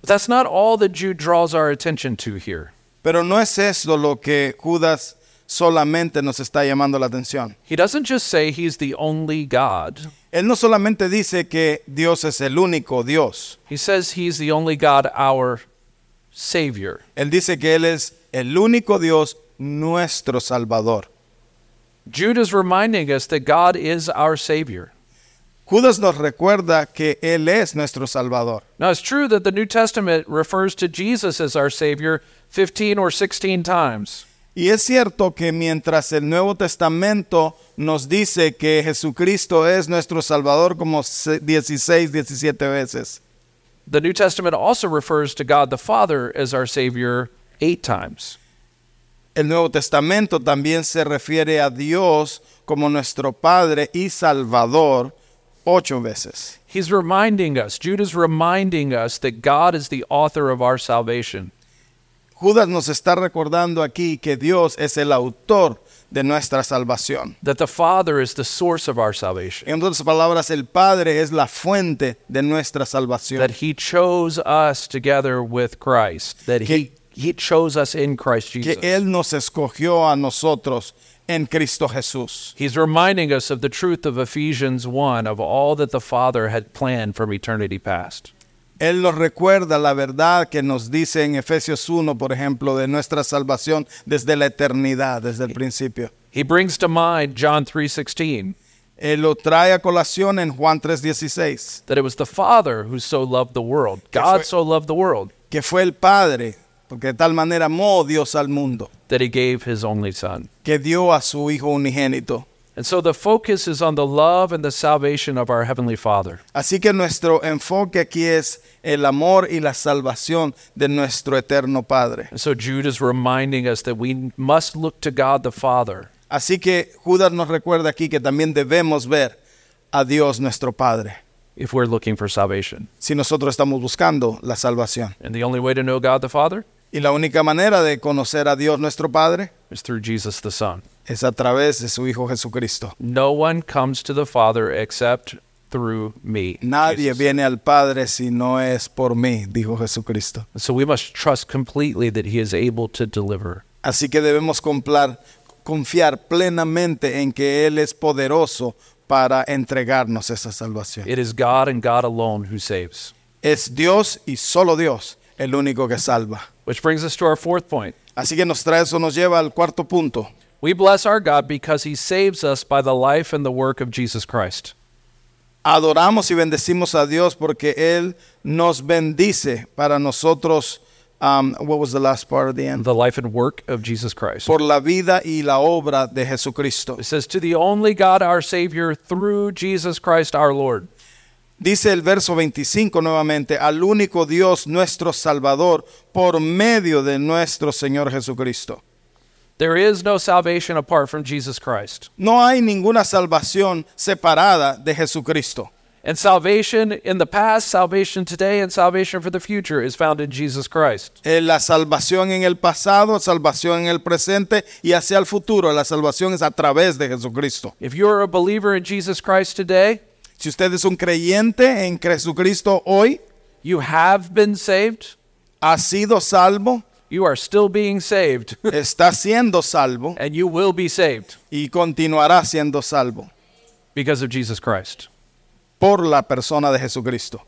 Speaker 1: But that's not all that Jude draws our attention to here.
Speaker 2: Pero no es eso lo que Judas solamente nos está llamando la atención.
Speaker 1: He doesn't just say he's the only God,
Speaker 2: Él no solamente dice que Dios es el único Dios,
Speaker 1: he says he's the only God, our Savior.
Speaker 2: Él dice que Él es el único Dios nuestro Salvador.
Speaker 1: Jude is reminding us that God is our Savior.
Speaker 2: Judas nos recuerda que Él es nuestro Salvador.
Speaker 1: Now, it's true that the New Testament refers to Jesus as our Savior 15 or 16 times.
Speaker 2: Y es cierto que mientras el Nuevo Testamento nos dice que Jesucristo es nuestro Salvador como se- 16, 17 veces,
Speaker 1: The New Testament also refers to God the Father as our Savior eight times.
Speaker 2: el Nuevo Testamento también se refiere a Dios como nuestro Padre y Salvador ocho veces.
Speaker 1: He's reminding us, Jude is reminding us that God is the author of our salvation.
Speaker 2: Judas nos está recordando aquí que Dios es el autor de nuestra salvación.
Speaker 1: that the Father is the source of our salvation,
Speaker 2: En otras palabras, el Padre es la fuente de nuestra salvación.
Speaker 1: that He chose us together with Christ, that He,
Speaker 2: Que-
Speaker 1: he chose us in Christ
Speaker 2: que
Speaker 1: Jesus.
Speaker 2: Él nos escogió a nosotros en Cristo Jesús.
Speaker 1: He's reminding us of the truth of Ephesians 1 of all that the Father had planned from eternity past.
Speaker 2: Él nos recuerda la verdad que nos dice en Efesios 1, por ejemplo, de nuestra salvación desde la eternidad, desde el principio.
Speaker 1: He brings to mind John 3:16
Speaker 2: Él lo trae a colación en Juan 3:16,
Speaker 1: that it was the Father who so loved the world. God so loved the world
Speaker 2: que fue el Padre, porque de tal manera amó Dios al mundo,
Speaker 1: that he gave his only son.
Speaker 2: que dio a su Hijo unigénito.
Speaker 1: And so the focus is on the love and the salvation of our heavenly Father.
Speaker 2: Así que nuestro enfoque aquí es el amor y la salvación de nuestro eterno Padre.
Speaker 1: And so Jude is reminding us that we must look to God the Father
Speaker 2: Así que Judas nos recuerda aquí que también debemos ver a Dios nuestro Padre
Speaker 1: if we're looking for salvation.
Speaker 2: si nosotros estamos buscando la salvación.
Speaker 1: And the only way to know God the Father
Speaker 2: Y la única manera de conocer a Dios nuestro Padre
Speaker 1: is through Jesus the Son.
Speaker 2: es a través de su Hijo Jesucristo.
Speaker 1: No one comes to the Father except through me.
Speaker 2: Nadie
Speaker 1: Jesus.
Speaker 2: viene al Padre si no es por mí, dijo Jesucristo.
Speaker 1: So we must trust completely that He is able to deliver.
Speaker 2: Así que debemos complar- confiar plenamente en que Él es poderoso para entregarnos esa salvación.
Speaker 1: It is God and God alone who saves.
Speaker 2: Es Dios y solo Dios el único que salva.
Speaker 1: Which brings us to our fourth point.
Speaker 2: Así que nos trae eso, nos lleva al cuarto punto.
Speaker 1: We bless our God because He saves us by the life and the work of Jesus Christ.
Speaker 2: Adoramos y bendecimos a Dios porque Él nos bendice para nosotros. um, what was the last part of the end?
Speaker 1: The life and work of Jesus Christ.
Speaker 2: Por la vida y la obra de Jesucristo.
Speaker 1: It says, To the only God our Savior through Jesus Christ our Lord.
Speaker 2: Dice el verso 25 nuevamente, al único Dios nuestro Salvador por medio de nuestro Señor Jesucristo.
Speaker 1: There is no salvation apart from Jesus Christ.
Speaker 2: No hay ninguna salvación separada de Jesucristo.
Speaker 1: And salvation in the past, salvation today, and salvation for the future is found in Jesus Christ.
Speaker 2: Eh, La salvación en el pasado, salvación en el presente y hacia el futuro. La salvación es a través de Jesucristo.
Speaker 1: If you're a believer in Jesus Christ today,
Speaker 2: Si usted es un creyente en Jesucristo hoy,
Speaker 1: you have been saved,
Speaker 2: ha sido salvo,
Speaker 1: you are still being saved,
Speaker 2: está siendo salvo
Speaker 1: and you will be saved
Speaker 2: y continuará siendo salvo
Speaker 1: because of Jesus Christ.
Speaker 2: por la persona de Jesucristo.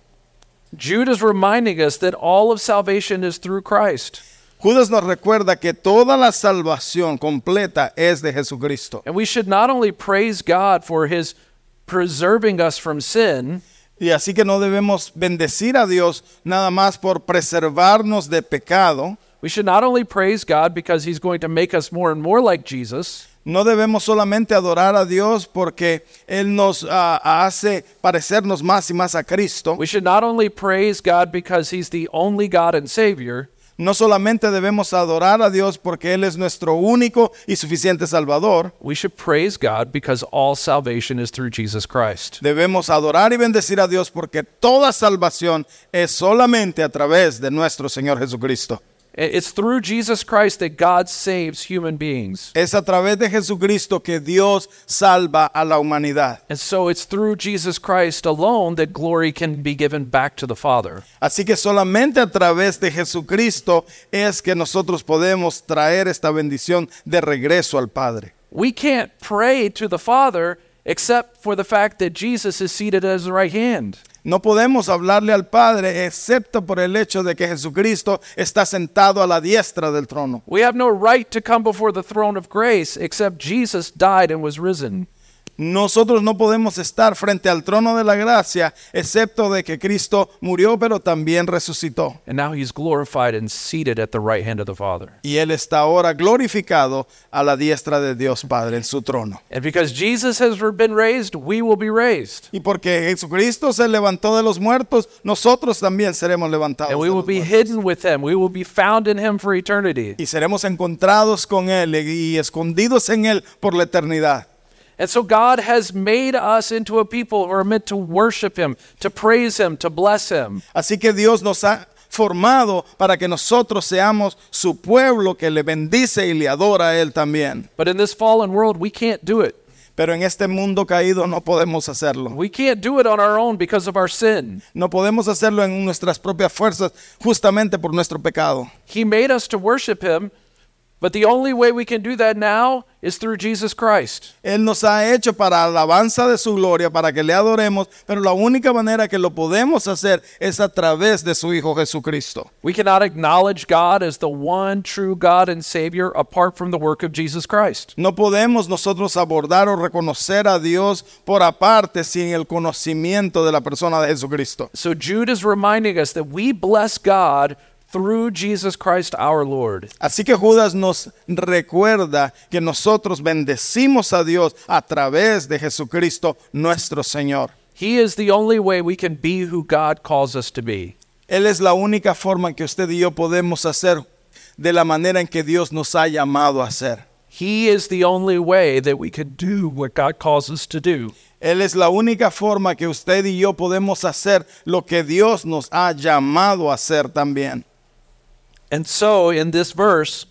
Speaker 1: Jude is reminding us that all of salvation is through Christ,
Speaker 2: Judas nos recuerda que toda la salvación completa es de Jesucristo.
Speaker 1: and we should not only praise God for his preserving us from sin,
Speaker 2: Y así que no debemos bendecir a Dios nada más por preservarnos de pecado.
Speaker 1: we should not only praise God because he's going to make us more and more like Jesus.
Speaker 2: No debemos solamente adorar a Dios porque Él nos ah, hace parecernos más y más a Cristo.
Speaker 1: We should not only praise God because He's the only God and Savior,
Speaker 2: No solamente debemos adorar a Dios porque Él es nuestro único y suficiente Salvador.
Speaker 1: we should praise God because all salvation is through Jesus Christ.
Speaker 2: Debemos adorar y bendecir a Dios porque toda salvación es solamente a través de nuestro Señor Jesucristo.
Speaker 1: I- It's through Jesus Christ that God saves human beings.
Speaker 2: Es a través de Jesucristo que Dios salva a la humanidad.
Speaker 1: And so it's through Jesus Christ alone that glory can be given back to the Father.
Speaker 2: Así que solamente a través de Jesucristo es que nosotros podemos traer esta bendición de regreso al Padre.
Speaker 1: We can't pray to the Father except for the fact that Jesus is seated at His right hand.
Speaker 2: No podemos hablarle al Padre excepto por el hecho de que Jesucristo está sentado a la diestra del trono.
Speaker 1: We have no right to come before the throne of grace except Jesus died and was risen.
Speaker 2: Nosotros no podemos estar frente al trono de la gracia, excepto de que Cristo murió, pero también resucitó.
Speaker 1: And now he's glorified and seated at the right hand of the Father.
Speaker 2: Y Él está ahora glorificado a la diestra de Dios Padre en su trono.
Speaker 1: And because Jesus has been raised, we will be raised.
Speaker 2: Y porque Jesucristo se levantó de los muertos, nosotros también seremos levantados.
Speaker 1: And we
Speaker 2: de
Speaker 1: will
Speaker 2: los
Speaker 1: be
Speaker 2: muertos.
Speaker 1: hidden with him. We will be found in him for eternity.
Speaker 2: Y seremos encontrados con Él y escondidos en Él por la eternidad.
Speaker 1: And so God has made us into a people who are meant to worship him, to praise him, to bless him.
Speaker 2: Así que Dios nos ha formado para que nosotros seamos su pueblo que le bendice y le adora a Él también.
Speaker 1: But in this fallen world, we can't do it.
Speaker 2: Pero en este mundo caído no podemos hacerlo.
Speaker 1: We can't do it on our own because of our sin.
Speaker 2: No podemos hacerlo en nuestras propias fuerzas justamente por nuestro pecado.
Speaker 1: He made us to worship him, but the only way we can do that now is through Jesus Christ.
Speaker 2: Él nos ha hecho para alabanza de su gloria, para que le adoremos, pero la única manera que lo podemos hacer es a través de su Hijo Jesucristo.
Speaker 1: We cannot acknowledge God as the one true God and Savior apart from the work of Jesus Christ.
Speaker 2: No podemos nosotros abordar o reconocer a Dios por aparte sin el conocimiento de la persona de Jesucristo.
Speaker 1: So Jude is reminding us that we bless God through Jesus Christ our Lord.
Speaker 2: Así que Judas nos recuerda que nosotros bendecimos a Dios a través de Jesucristo nuestro Señor.
Speaker 1: He is the only way we can be who God calls us to be.
Speaker 2: Él es la única forma en que usted y yo podemos hacer de la manera en que Dios nos ha llamado a hacer.
Speaker 1: He is the only way that we can do what God calls us to do.
Speaker 2: Él es la única forma que usted y yo podemos hacer lo que Dios nos ha llamado a hacer también.
Speaker 1: And so, in this verse,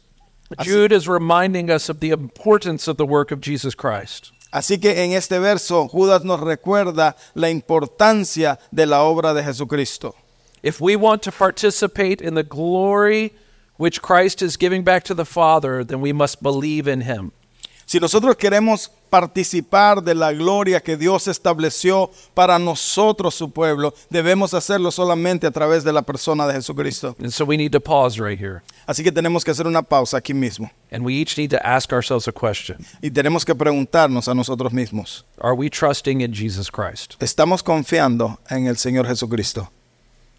Speaker 1: Jude is reminding us of the importance of the work of Jesus Christ.
Speaker 2: Así que en este verso Judas nos recuerda la importancia de la obra de Jesucristo.
Speaker 1: If we want to participate in the glory which Christ is giving back to the Father, then we must believe in him.
Speaker 2: Si nosotros queremos participar de la gloria que Dios estableció para nosotros, su pueblo, debemos hacerlo solamente a través de la persona de Jesucristo.
Speaker 1: And so we need to pause right here.
Speaker 2: Así que tenemos que hacer una pausa aquí mismo
Speaker 1: And we each need to ask ourselves a question
Speaker 2: y tenemos que preguntarnos a nosotros mismos,
Speaker 1: Are we trusting in Jesus Christ?
Speaker 2: ¿estamos confiando en el Señor Jesucristo?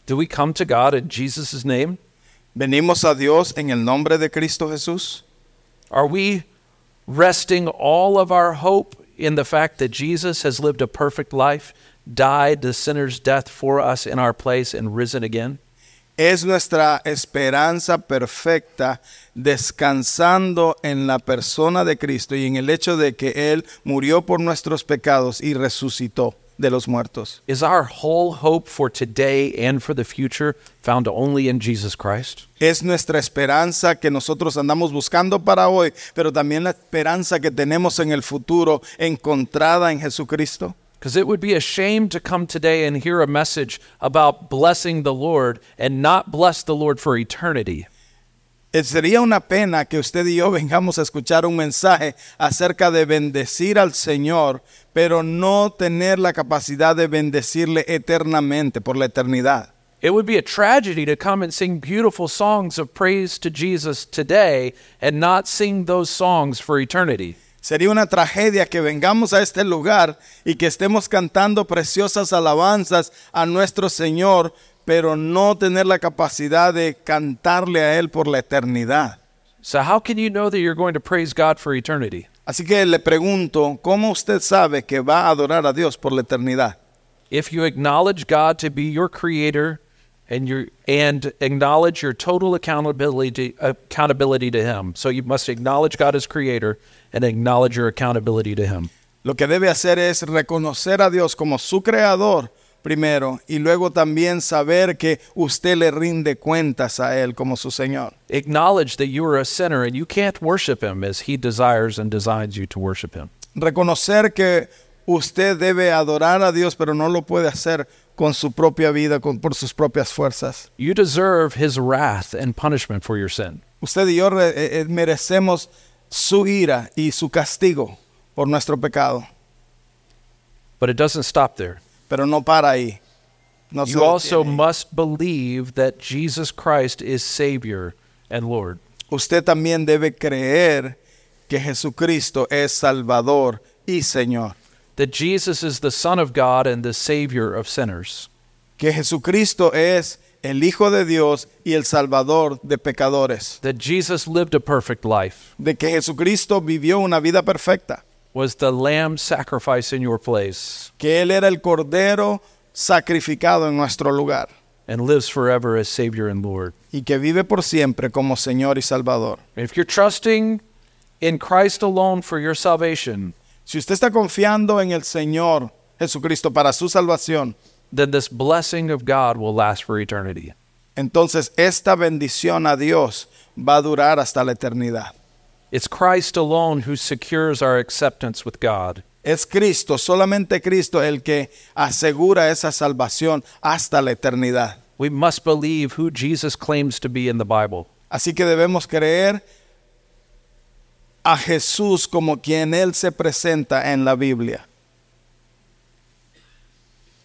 Speaker 1: Do we come to God in Jesus' name?
Speaker 2: ¿Venimos a Dios en el nombre de Cristo Jesús?
Speaker 1: Are we resting all of our hope in the fact that Jesus has lived a perfect life, died the sinner's death for us in our place, and risen again?
Speaker 2: Es nuestra esperanza perfecta descansando en la persona de Cristo y en el hecho de que Él murió por nuestros pecados y resucitó de los muertos.
Speaker 1: Is our whole hope for today and for the future found only in Jesus Christ?
Speaker 2: Es nuestra esperanza que nosotros andamos buscando para hoy, pero también la esperanza que tenemos en el futuro encontrada en Jesucristo.
Speaker 1: Because it would be a shame to come today and hear a message about blessing the Lord and not bless the Lord for eternity.
Speaker 2: Eh, Sería una pena que usted y yo vengamos a escuchar un mensaje acerca de bendecir al Señor, pero no tener la capacidad de bendecirle eternamente, por la eternidad.
Speaker 1: It would be a tragedy to come and sing beautiful songs of praise to Jesus today and not sing those songs for eternity.
Speaker 2: Sería una tragedia que vengamos a este lugar y que estemos cantando preciosas alabanzas a nuestro Señor, pero no tener la capacidad de cantarle a Él por la eternidad.
Speaker 1: So, how can you know that you're going to praise God for eternity?
Speaker 2: Así que le pregunto, ¿cómo usted sabe que va a adorar a Dios por la eternidad?
Speaker 1: If you acknowledge God to be your creator and your and acknowledge your total accountability accountability to him. So you must acknowledge God as creator and acknowledge your accountability to him.
Speaker 2: Lo que debe hacer es reconocer a Dios como su creador primero y luego también saber que usted le rinde cuentas a Él como su Señor.
Speaker 1: Acknowledge that you are a sinner and you can't worship him as he desires and designs you to worship him.
Speaker 2: Reconocer que usted debe adorar a Dios pero no lo puede hacer con su propia vida, con, por sus propias fuerzas.
Speaker 1: You deserve his wrath and punishment for your sin.
Speaker 2: Usted y yo re- eh, eh, merecemos su ira y su castigo por nuestro pecado,
Speaker 1: But it doesn't stop there.
Speaker 2: pero no para ahí. No se
Speaker 1: You also
Speaker 2: detiene ahí.
Speaker 1: must believe that Jesus Christ is Savior and Lord.
Speaker 2: usted también debe creer que Jesucristo es Salvador y Señor.
Speaker 1: that Jesus is the Son of God and the Savior of sinners.
Speaker 2: que Jesucristo es el Hijo de Dios y el Salvador de pecadores,
Speaker 1: That Jesus lived a perfect life,
Speaker 2: de que Jesucristo vivió una vida perfecta,
Speaker 1: was the lamb sacrifice in your place,
Speaker 2: que Él era el Cordero sacrificado en nuestro lugar
Speaker 1: and lives forever as Savior and Lord.
Speaker 2: y que vive por siempre como Señor y Salvador.
Speaker 1: If you're trusting in Christ alone for your salvation,
Speaker 2: Si usted está confiando en el Señor Jesucristo para su salvación,
Speaker 1: then this blessing of God will last for eternity.
Speaker 2: entonces esta bendición a Dios va a durar hasta la eternidad.
Speaker 1: It's Christ alone who secures our acceptance with God.
Speaker 2: Es Cristo, solamente Cristo, el que asegura esa salvación hasta la eternidad.
Speaker 1: We must believe who Jesus claims to be in the Bible.
Speaker 2: Así que debemos creer a Jesús como quien Él se presenta en la Biblia.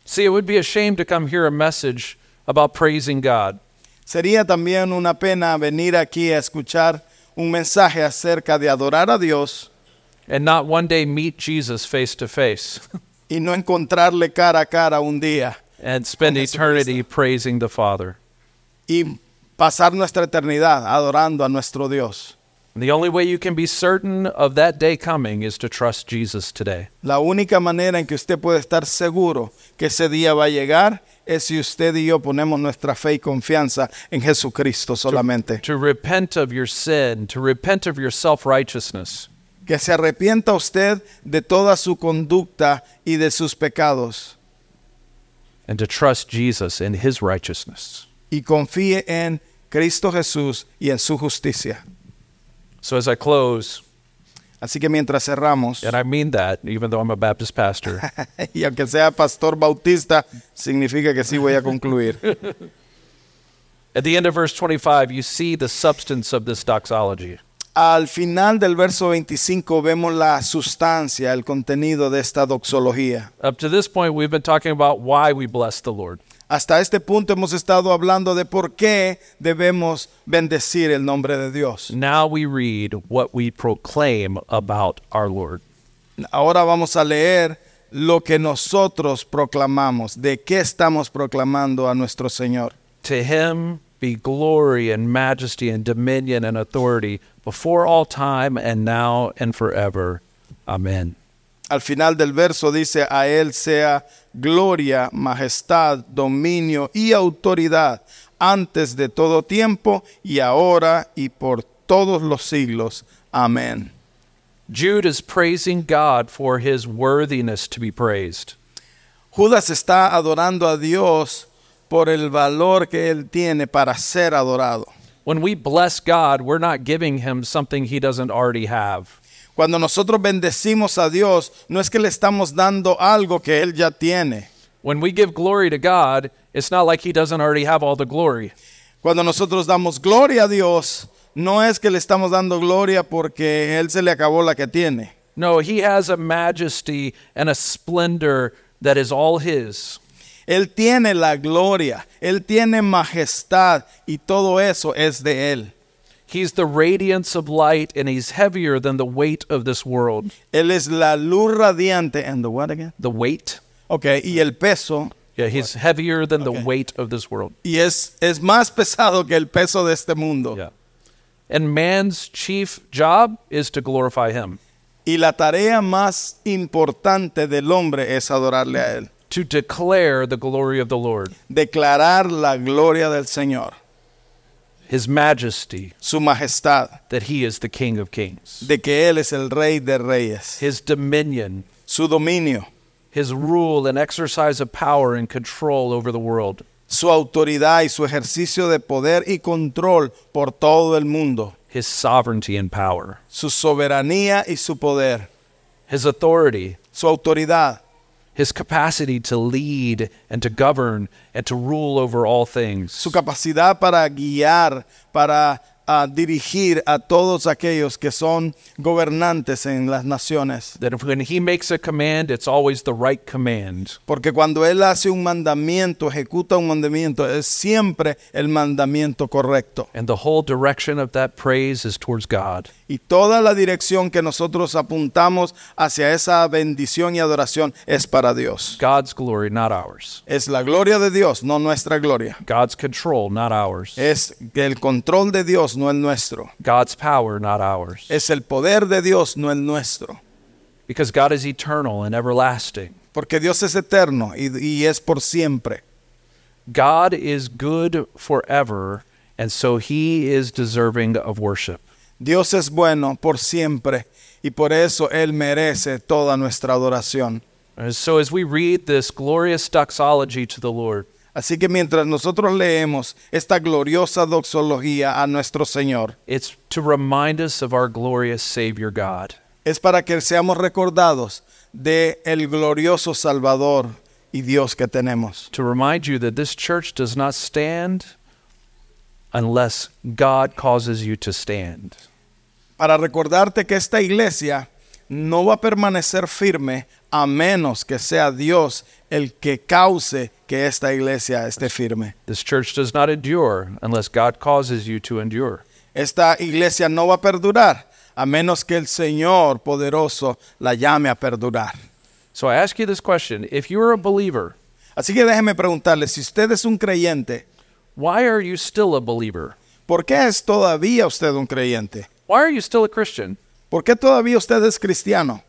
Speaker 1: See, it would be a shame to come hear a message about praising God
Speaker 2: Sería también una pena venir aquí a escuchar un mensaje acerca de adorar a Dios
Speaker 1: and not one day meet Jesus face to face
Speaker 2: y no encontrarle cara a cara un día
Speaker 1: and spend
Speaker 2: Yes,
Speaker 1: eternity praising the Father.
Speaker 2: y pasar nuestra eternidad adorando a nuestro Dios.
Speaker 1: And the only way you can be certain of that day coming is to trust Jesus today.
Speaker 2: La única manera en que usted puede estar seguro que ese día va a llegar es si usted y yo ponemos nuestra fe y confianza en Jesucristo solamente.
Speaker 1: to repent of your sin, to repent of your self righteousness,
Speaker 2: Que se arrepienta usted de toda su conducta y de sus pecados
Speaker 1: and to trust Jesus in his righteousness.
Speaker 2: y confíe en Cristo Jesús y en su justicia.
Speaker 1: So, as I close,
Speaker 2: Así que mientras cerramos,
Speaker 1: and I mean that even though I'm a Baptist pastor,
Speaker 2: y aunque sea pastor bautista, significa que sí voy a concluir.
Speaker 1: at the end of verse 25, you see the substance of this doxology.
Speaker 2: Al final del verso 25 vemos la sustancia, el contenido de esta doxología.
Speaker 1: Up to this point, we've been talking about why we bless the Lord.
Speaker 2: Hasta este punto hemos estado hablando de por qué debemos bendecir el nombre de Dios.
Speaker 1: Now we read what we proclaim about our Lord.
Speaker 2: Ahora vamos a leer lo que nosotros proclamamos, de qué estamos proclamando a nuestro Señor.
Speaker 1: To him be glory and majesty and dominion and authority before all time and now and forever. Amen.
Speaker 2: Al final del verso dice, a Él sea gloria, majestad, dominio y autoridad, antes de todo tiempo y ahora y por todos los siglos. Amén.
Speaker 1: Jude is praising God for his worthiness to be praised.
Speaker 2: Judas está adorando a Dios por el valor que Él tiene para ser adorado.
Speaker 1: When we bless God, we're not giving him something he doesn't already have.
Speaker 2: Cuando nosotros bendecimos a Dios, no es que le estamos dando algo que Él ya tiene.
Speaker 1: When we give glory to God, it's not like he doesn't already have all the glory.
Speaker 2: Cuando nosotros damos gloria a Dios, no es que le estamos dando gloria porque Él se le acabó la que tiene.
Speaker 1: No, he has a majesty and a splendor that is all his.
Speaker 2: Él tiene la gloria, Él tiene majestad y todo eso es de Él.
Speaker 1: He's the radiance of light, and he's heavier than the weight of this world.
Speaker 2: Él es la luz radiante. And the what again?
Speaker 1: The weight?
Speaker 2: Ok, y el peso.
Speaker 1: Yeah, he's heavier than
Speaker 2: Okay.
Speaker 1: the weight of this world.
Speaker 2: Y es, es más pesado que el peso de este mundo.
Speaker 1: Yeah. And man's chief job is to glorify him,
Speaker 2: Y la tarea más importante del hombre es adorarle a Él.
Speaker 1: to declare the glory of the Lord,
Speaker 2: declarar la gloria del Señor,
Speaker 1: his majesty,
Speaker 2: su majestad,
Speaker 1: that he is the King of kings,
Speaker 2: de que Él es el Rey de Reyes,
Speaker 1: his dominion,
Speaker 2: su dominio,
Speaker 1: his rule and exercise of power and control over the world.
Speaker 2: su autoridad y su ejercicio de poder y control por todo el mundo,
Speaker 1: his sovereignty and power,
Speaker 2: su soberanía y su poder,
Speaker 1: his authority,
Speaker 2: su autoridad,
Speaker 1: his capacity to lead and to govern and to rule over all things.
Speaker 2: su capacidad para guiar, para ah, dirigir a todos aquellos que son gobernantes en las naciones.
Speaker 1: That if, when he makes a command, it's always the right command.
Speaker 2: Porque cuando Él hace un mandamiento, ejecuta un mandamiento, es siempre el mandamiento correcto.
Speaker 1: And the whole direction of that praise is towards God.
Speaker 2: Y toda la dirección que nosotros apuntamos hacia esa bendición y adoración es para Dios.
Speaker 1: God's glory, not ours.
Speaker 2: Es la gloria de Dios, no nuestra gloria.
Speaker 1: God's control, not ours.
Speaker 2: Es el control de Dios, no el nuestro.
Speaker 1: God's power, not ours.
Speaker 2: Es el poder de Dios, no el nuestro.
Speaker 1: Because God is eternal and everlasting.
Speaker 2: Porque Dios es eterno y, y es por siempre.
Speaker 1: God is good forever, and so he is deserving of worship.
Speaker 2: Dios es bueno por siempre y por eso Él merece toda nuestra adoración.
Speaker 1: And so, as we read this glorious doxology to the Lord,
Speaker 2: Así que mientras nosotros leemos esta gloriosa doxología a nuestro Señor,
Speaker 1: it's to remind us of our glorious Savior God.
Speaker 2: es para que seamos recordados de el glorioso Salvador y Dios que tenemos.
Speaker 1: To remind you that this church does not stand unless God causes you to stand.
Speaker 2: Para recordarte que esta iglesia no va a permanecer firme a menos que sea Dios el que cause que esta iglesia esté firme.
Speaker 1: This church does not endure unless God causes you to endure.
Speaker 2: Esta iglesia no va a perdurar a menos que el Señor poderoso la llame a perdurar.
Speaker 1: So, I ask you this question if you're a believer,
Speaker 2: Así que déjeme preguntarle, si usted es un creyente,
Speaker 1: why are you still a believer?
Speaker 2: ¿por qué es todavía usted un creyente?
Speaker 1: Why are you still a Christian?
Speaker 2: ¿Por qué todavía usted es cristiano?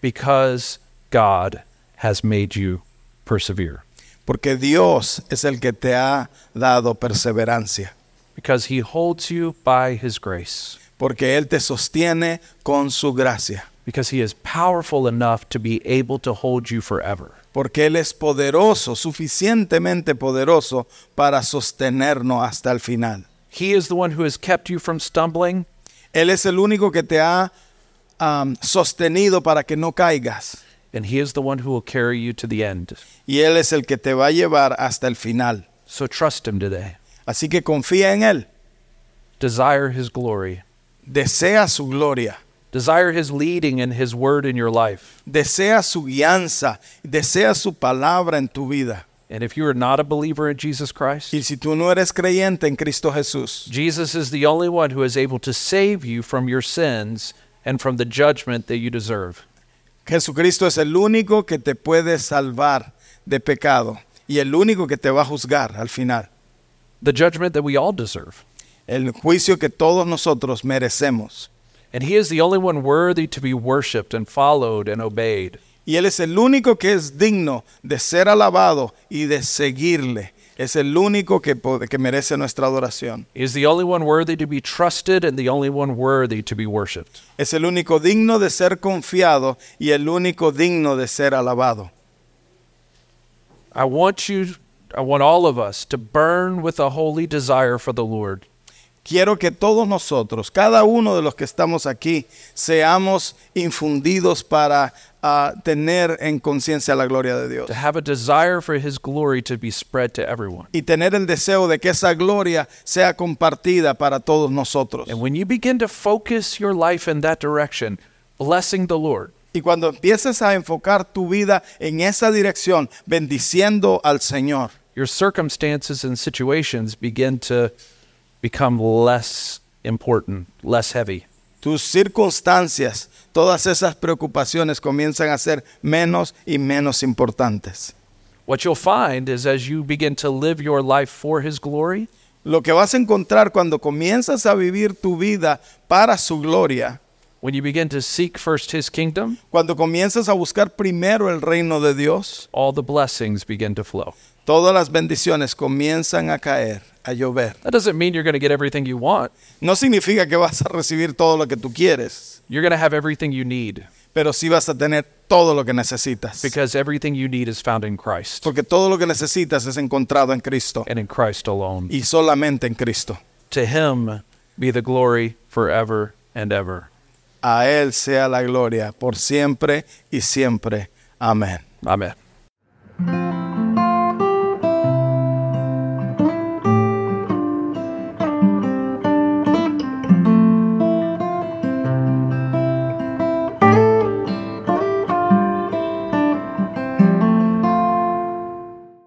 Speaker 1: Because God has made you persevere.
Speaker 2: porque Dios es el que te ha dado perseverancia,
Speaker 1: because he holds you by his grace,
Speaker 2: porque Él te sostiene con su gracia,
Speaker 1: because he is powerful enough to be able to hold you forever.
Speaker 2: porque Él es poderoso, suficientemente poderoso para sostenernos hasta el final.
Speaker 1: He is the one who has kept you from stumbling.
Speaker 2: Él es el único que te ha am, sostenido para que no caigas.
Speaker 1: and he is the one who will carry you to the end.
Speaker 2: Y Él es el que te va a llevar hasta el final.
Speaker 1: So trust him today.
Speaker 2: Así que confía en Él.
Speaker 1: Desire his glory.
Speaker 2: Desea su gloria.
Speaker 1: Desire his leading and his word in your life.
Speaker 2: Desea su guianza. Desea su palabra en tu vida.
Speaker 1: And if you are not a believer in Jesus Christ,
Speaker 2: Y si tú no eres creyente en Cristo Jesús,
Speaker 1: Jesus is the only one who is able to save you from your sins and from the judgment that you deserve.
Speaker 2: Jesucristo es el único que te puede salvar de pecado y el único que te va a juzgar al final.
Speaker 1: The judgment that we all deserve.
Speaker 2: El juicio que todos nosotros merecemos.
Speaker 1: And he is the only one worthy to be worshiped and followed and obeyed.
Speaker 2: Y Él es el único que es digno de ser alabado y de seguirle. Es el único que, po- que merece nuestra adoración.
Speaker 1: He is the only one worthy to be trusted and the only one worthy to be worshiped.
Speaker 2: Es el único digno de ser confiado y el único digno de ser alabado.
Speaker 1: I want you, I want all of us to burn with a holy desire for the Lord.
Speaker 2: Quiero que todos nosotros, cada uno de los que estamos aquí, seamos infundidos para ah, tener en conciencia la gloria de Dios
Speaker 1: to have a desire for his glory to be spread to everyone.
Speaker 2: y tener el deseo de que esa gloria sea compartida para todos nosotros.
Speaker 1: And when you begin to focus your life in that direction, blessing the Lord,
Speaker 2: Y cuando empieces a enfocar tu vida en esa dirección, bendiciendo al Señor,
Speaker 1: your circumstances and situations begin to become less important, less heavy.
Speaker 2: tus circunstancias, todas esas preocupaciones comienzan a ser menos y menos importantes.
Speaker 1: What you'll find is as you begin to live your life for his glory,
Speaker 2: Lo que vas a encontrar cuando comienzas a vivir tu vida para su gloria,
Speaker 1: when you begin to seek first his kingdom,
Speaker 2: cuando comienzas a buscar primero el reino de Dios,
Speaker 1: all the blessings begin to flow.
Speaker 2: todas las bendiciones comienzan a caer, a llover.
Speaker 1: That doesn't mean you're going to get everything you want.
Speaker 2: No significa que vas a recibir todo lo que tú quieres,
Speaker 1: You're going to have everything you need
Speaker 2: pero sí vas a tener todo lo que necesitas.
Speaker 1: because everything you need is found in Christ
Speaker 2: Porque todo lo que necesitas es encontrado en Cristo
Speaker 1: and in Christ alone.
Speaker 2: y solamente en Cristo.
Speaker 1: To him be the glory forever and ever.
Speaker 2: A Él sea la gloria por siempre y siempre. Amén.
Speaker 1: Amen.